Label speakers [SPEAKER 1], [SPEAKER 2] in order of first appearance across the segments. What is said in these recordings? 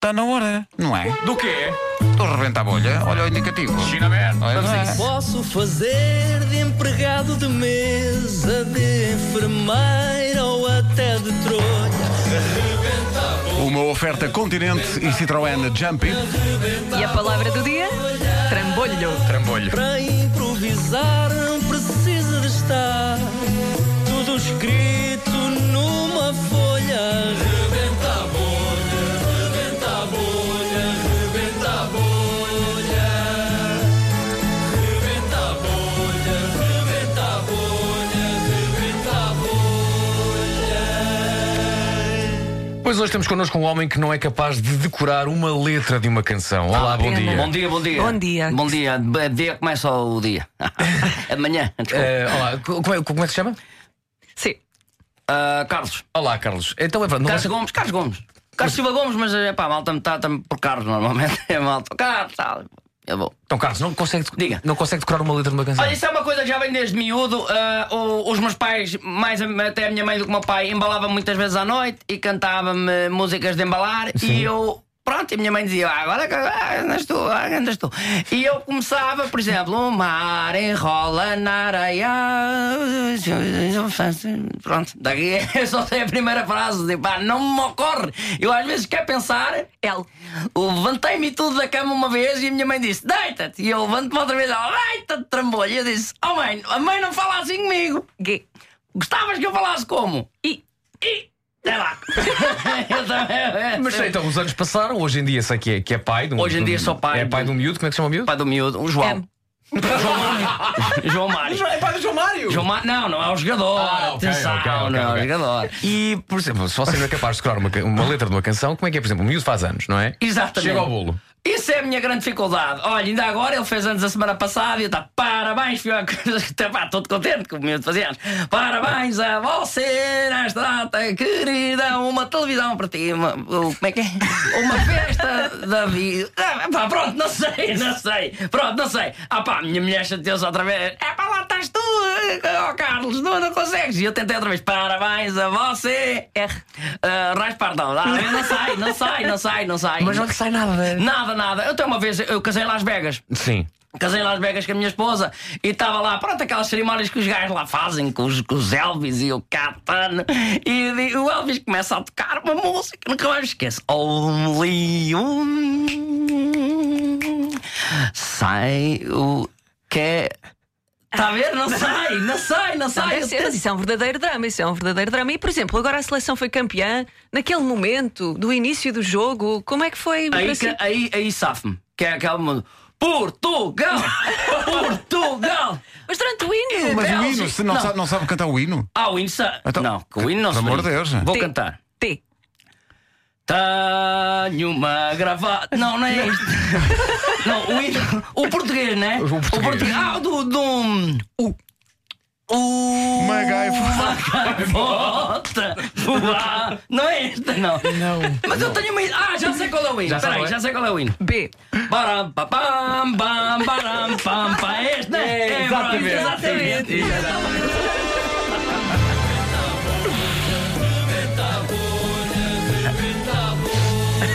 [SPEAKER 1] Tá
[SPEAKER 2] está na hora, não é?
[SPEAKER 3] Do quê?
[SPEAKER 2] Estou a reventar a bolha, olha o indicativo.
[SPEAKER 3] China Man.
[SPEAKER 2] Olha, não é?
[SPEAKER 4] Posso fazer de empregado de mesa, de enfermeira ou até de trolha.
[SPEAKER 1] Uma oferta Continente e Citroën Jumpy.
[SPEAKER 5] E a palavra do dia? Trambolho.
[SPEAKER 3] Trambolho.
[SPEAKER 4] Para improvisar não precisa de estar tudo escrito numa folha. Rebenta a bolha, rebenta a bolha, rebenta a bolha. Rebenta a bolha, rebenta a bolha, rebenta a
[SPEAKER 6] Pois hoje temos connosco um homem que não é capaz de decorar uma letra de uma canção. Olá, Ah, bom
[SPEAKER 5] pena.
[SPEAKER 6] dia.
[SPEAKER 7] Bom dia, bom dia.
[SPEAKER 5] Bom dia.
[SPEAKER 7] Bom dia. B- dia começa o dia. Amanhã. desculpa.
[SPEAKER 6] Eh, olá, co- como é, como é que se chama?
[SPEAKER 5] Sim.
[SPEAKER 7] Ah, Carlos.
[SPEAKER 6] Olá, Carlos. Então é verdade. não
[SPEAKER 7] Carlos
[SPEAKER 6] vai-
[SPEAKER 7] Gomes, Carlos Gomes. Carlos Silva Gomes, mas é pá, a malta me trata por Carlos normalmente. É malta. Carlos, sabe? É bom.
[SPEAKER 6] Então, Carlos, não consegue,
[SPEAKER 7] Diga.
[SPEAKER 6] não consegue decorar uma letra de uma canção.
[SPEAKER 7] Olha, isso é uma coisa que já vem desde miúdo. Ah, o- os meus pais, mais a- até a minha mãe do que o meu pai, embalavam muitas vezes à noite e cantava-me músicas de embalar. E eu, pronto, e a minha mãe dizia: "Ah, agora que- ah, andas tu, ah, andas tu. E eu começava, por exemplo, o mar enrola na areia. Pronto, daqui eu só sei a primeira frase. Tipo, "Ah, não me ocorre. Eu às vezes quero pensar.
[SPEAKER 5] L.
[SPEAKER 7] Levantei-me tudo da cama uma vez e a minha mãe disse: Deita-te! E eu levanto-me outra vez, ela, deita-te, trambolho. E eu disse: Oh mãe, a mãe não fala assim comigo.
[SPEAKER 5] G.
[SPEAKER 7] Gostavas que eu falasse como?
[SPEAKER 5] I.
[SPEAKER 7] E. Sei lá. eu também.
[SPEAKER 6] Mas sei, então, os anos passaram, hoje em dia sei que é, que é pai de um
[SPEAKER 7] Hoje em dia
[SPEAKER 6] de um-
[SPEAKER 7] sou pai
[SPEAKER 6] É pai
[SPEAKER 7] de-
[SPEAKER 6] de um miúdo, como é que se chama o miúdo?
[SPEAKER 7] Pai do miúdo, o João.
[SPEAKER 5] M.
[SPEAKER 7] João Mário.
[SPEAKER 6] É pai do João Mário!
[SPEAKER 7] João Mário. Não, não é o jogador.
[SPEAKER 6] Ah, ok,
[SPEAKER 7] Atenção,
[SPEAKER 6] ok, ok,
[SPEAKER 7] não é
[SPEAKER 6] ok.
[SPEAKER 7] o jogador.
[SPEAKER 6] E, por exemplo, se você não é capaz de decorar uma, ca- uma letra de uma canção, como é que é? Por exemplo, o miúdo faz anos, não é?
[SPEAKER 7] Exatamente.
[SPEAKER 6] Chega ao bolo.
[SPEAKER 7] Isso é a minha grande dificuldade. Olha, ainda agora ele fez anos a semana passada e eu está parabéns, filho. Estou contente com o momento de fazer anos. Parabéns a você nesta data, querida. Uma televisão para ti. Uma, o- como é que é? Uma festa da vida. Ah, pá, pronto, não sei, não sei. Pronto, não sei. Ah pá, minha mulher chateou-se outra vez. É pá, lá estás tu, oh, Carlos, não, não consegues. E eu tentei outra vez. Parabéns a você.
[SPEAKER 5] R.
[SPEAKER 7] Ah, raspar não, não, não sai, não sai, não sai, não sai.
[SPEAKER 6] Mas não lhe sai nada.
[SPEAKER 7] Nada, nada. Eu até uma vez, eu casei em Las Vegas.
[SPEAKER 6] Sim.
[SPEAKER 7] Casei em Las Vegas com a minha esposa e estava lá, pronto, aquelas cerimónias que os gajos lá fazem com os, com os Elvis e o Catano. E di- o Elvis começa a tocar uma música, nunca mais me esqueço. Only um. Sai o que. Está a ver? Não sai, não sai, não
[SPEAKER 5] Não,
[SPEAKER 7] sai.
[SPEAKER 5] deve
[SPEAKER 7] Eu
[SPEAKER 5] ser, mas isso é um verdadeiro drama, isso é um verdadeiro drama. E, por exemplo, agora a seleção foi campeã, naquele momento, do início do jogo, como é que foi? para
[SPEAKER 7] Aí,
[SPEAKER 5] si?
[SPEAKER 7] que- aí, aí safe-me, que é aquela. mu- Portugal! Portugal!
[SPEAKER 5] Mas durante o hino,
[SPEAKER 7] Mas
[SPEAKER 1] Mas o
[SPEAKER 7] Bélgica-
[SPEAKER 1] hino, se não,
[SPEAKER 7] não.
[SPEAKER 1] Sabe, não sabe cantar o hino.
[SPEAKER 7] Ah, o hino sa...
[SPEAKER 1] Então-
[SPEAKER 7] não, com o hino não se
[SPEAKER 1] Pelo amor
[SPEAKER 7] brinca.
[SPEAKER 1] de Deus.
[SPEAKER 7] Vou
[SPEAKER 5] T.
[SPEAKER 7] cantar.
[SPEAKER 5] T.
[SPEAKER 7] Tenho uma gravata. Não, não é isto. não, o hino. O português, né? O
[SPEAKER 6] português.
[SPEAKER 7] Ah, do. do... O. O.
[SPEAKER 1] MacGyver.
[SPEAKER 7] Uma gaivota. voar. Não é esta, não. Não. Mas eu tenho uma. Ah, já sei qual é o hino.
[SPEAKER 6] Já sabe
[SPEAKER 7] Espera aí,
[SPEAKER 6] qual é?
[SPEAKER 7] já sei qual é o hino.
[SPEAKER 5] B.
[SPEAKER 7] Baram, pam, pam, pam, baram, pam, pam. Este é.
[SPEAKER 6] Exatamente.
[SPEAKER 7] Exatamente.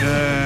[SPEAKER 1] Eh,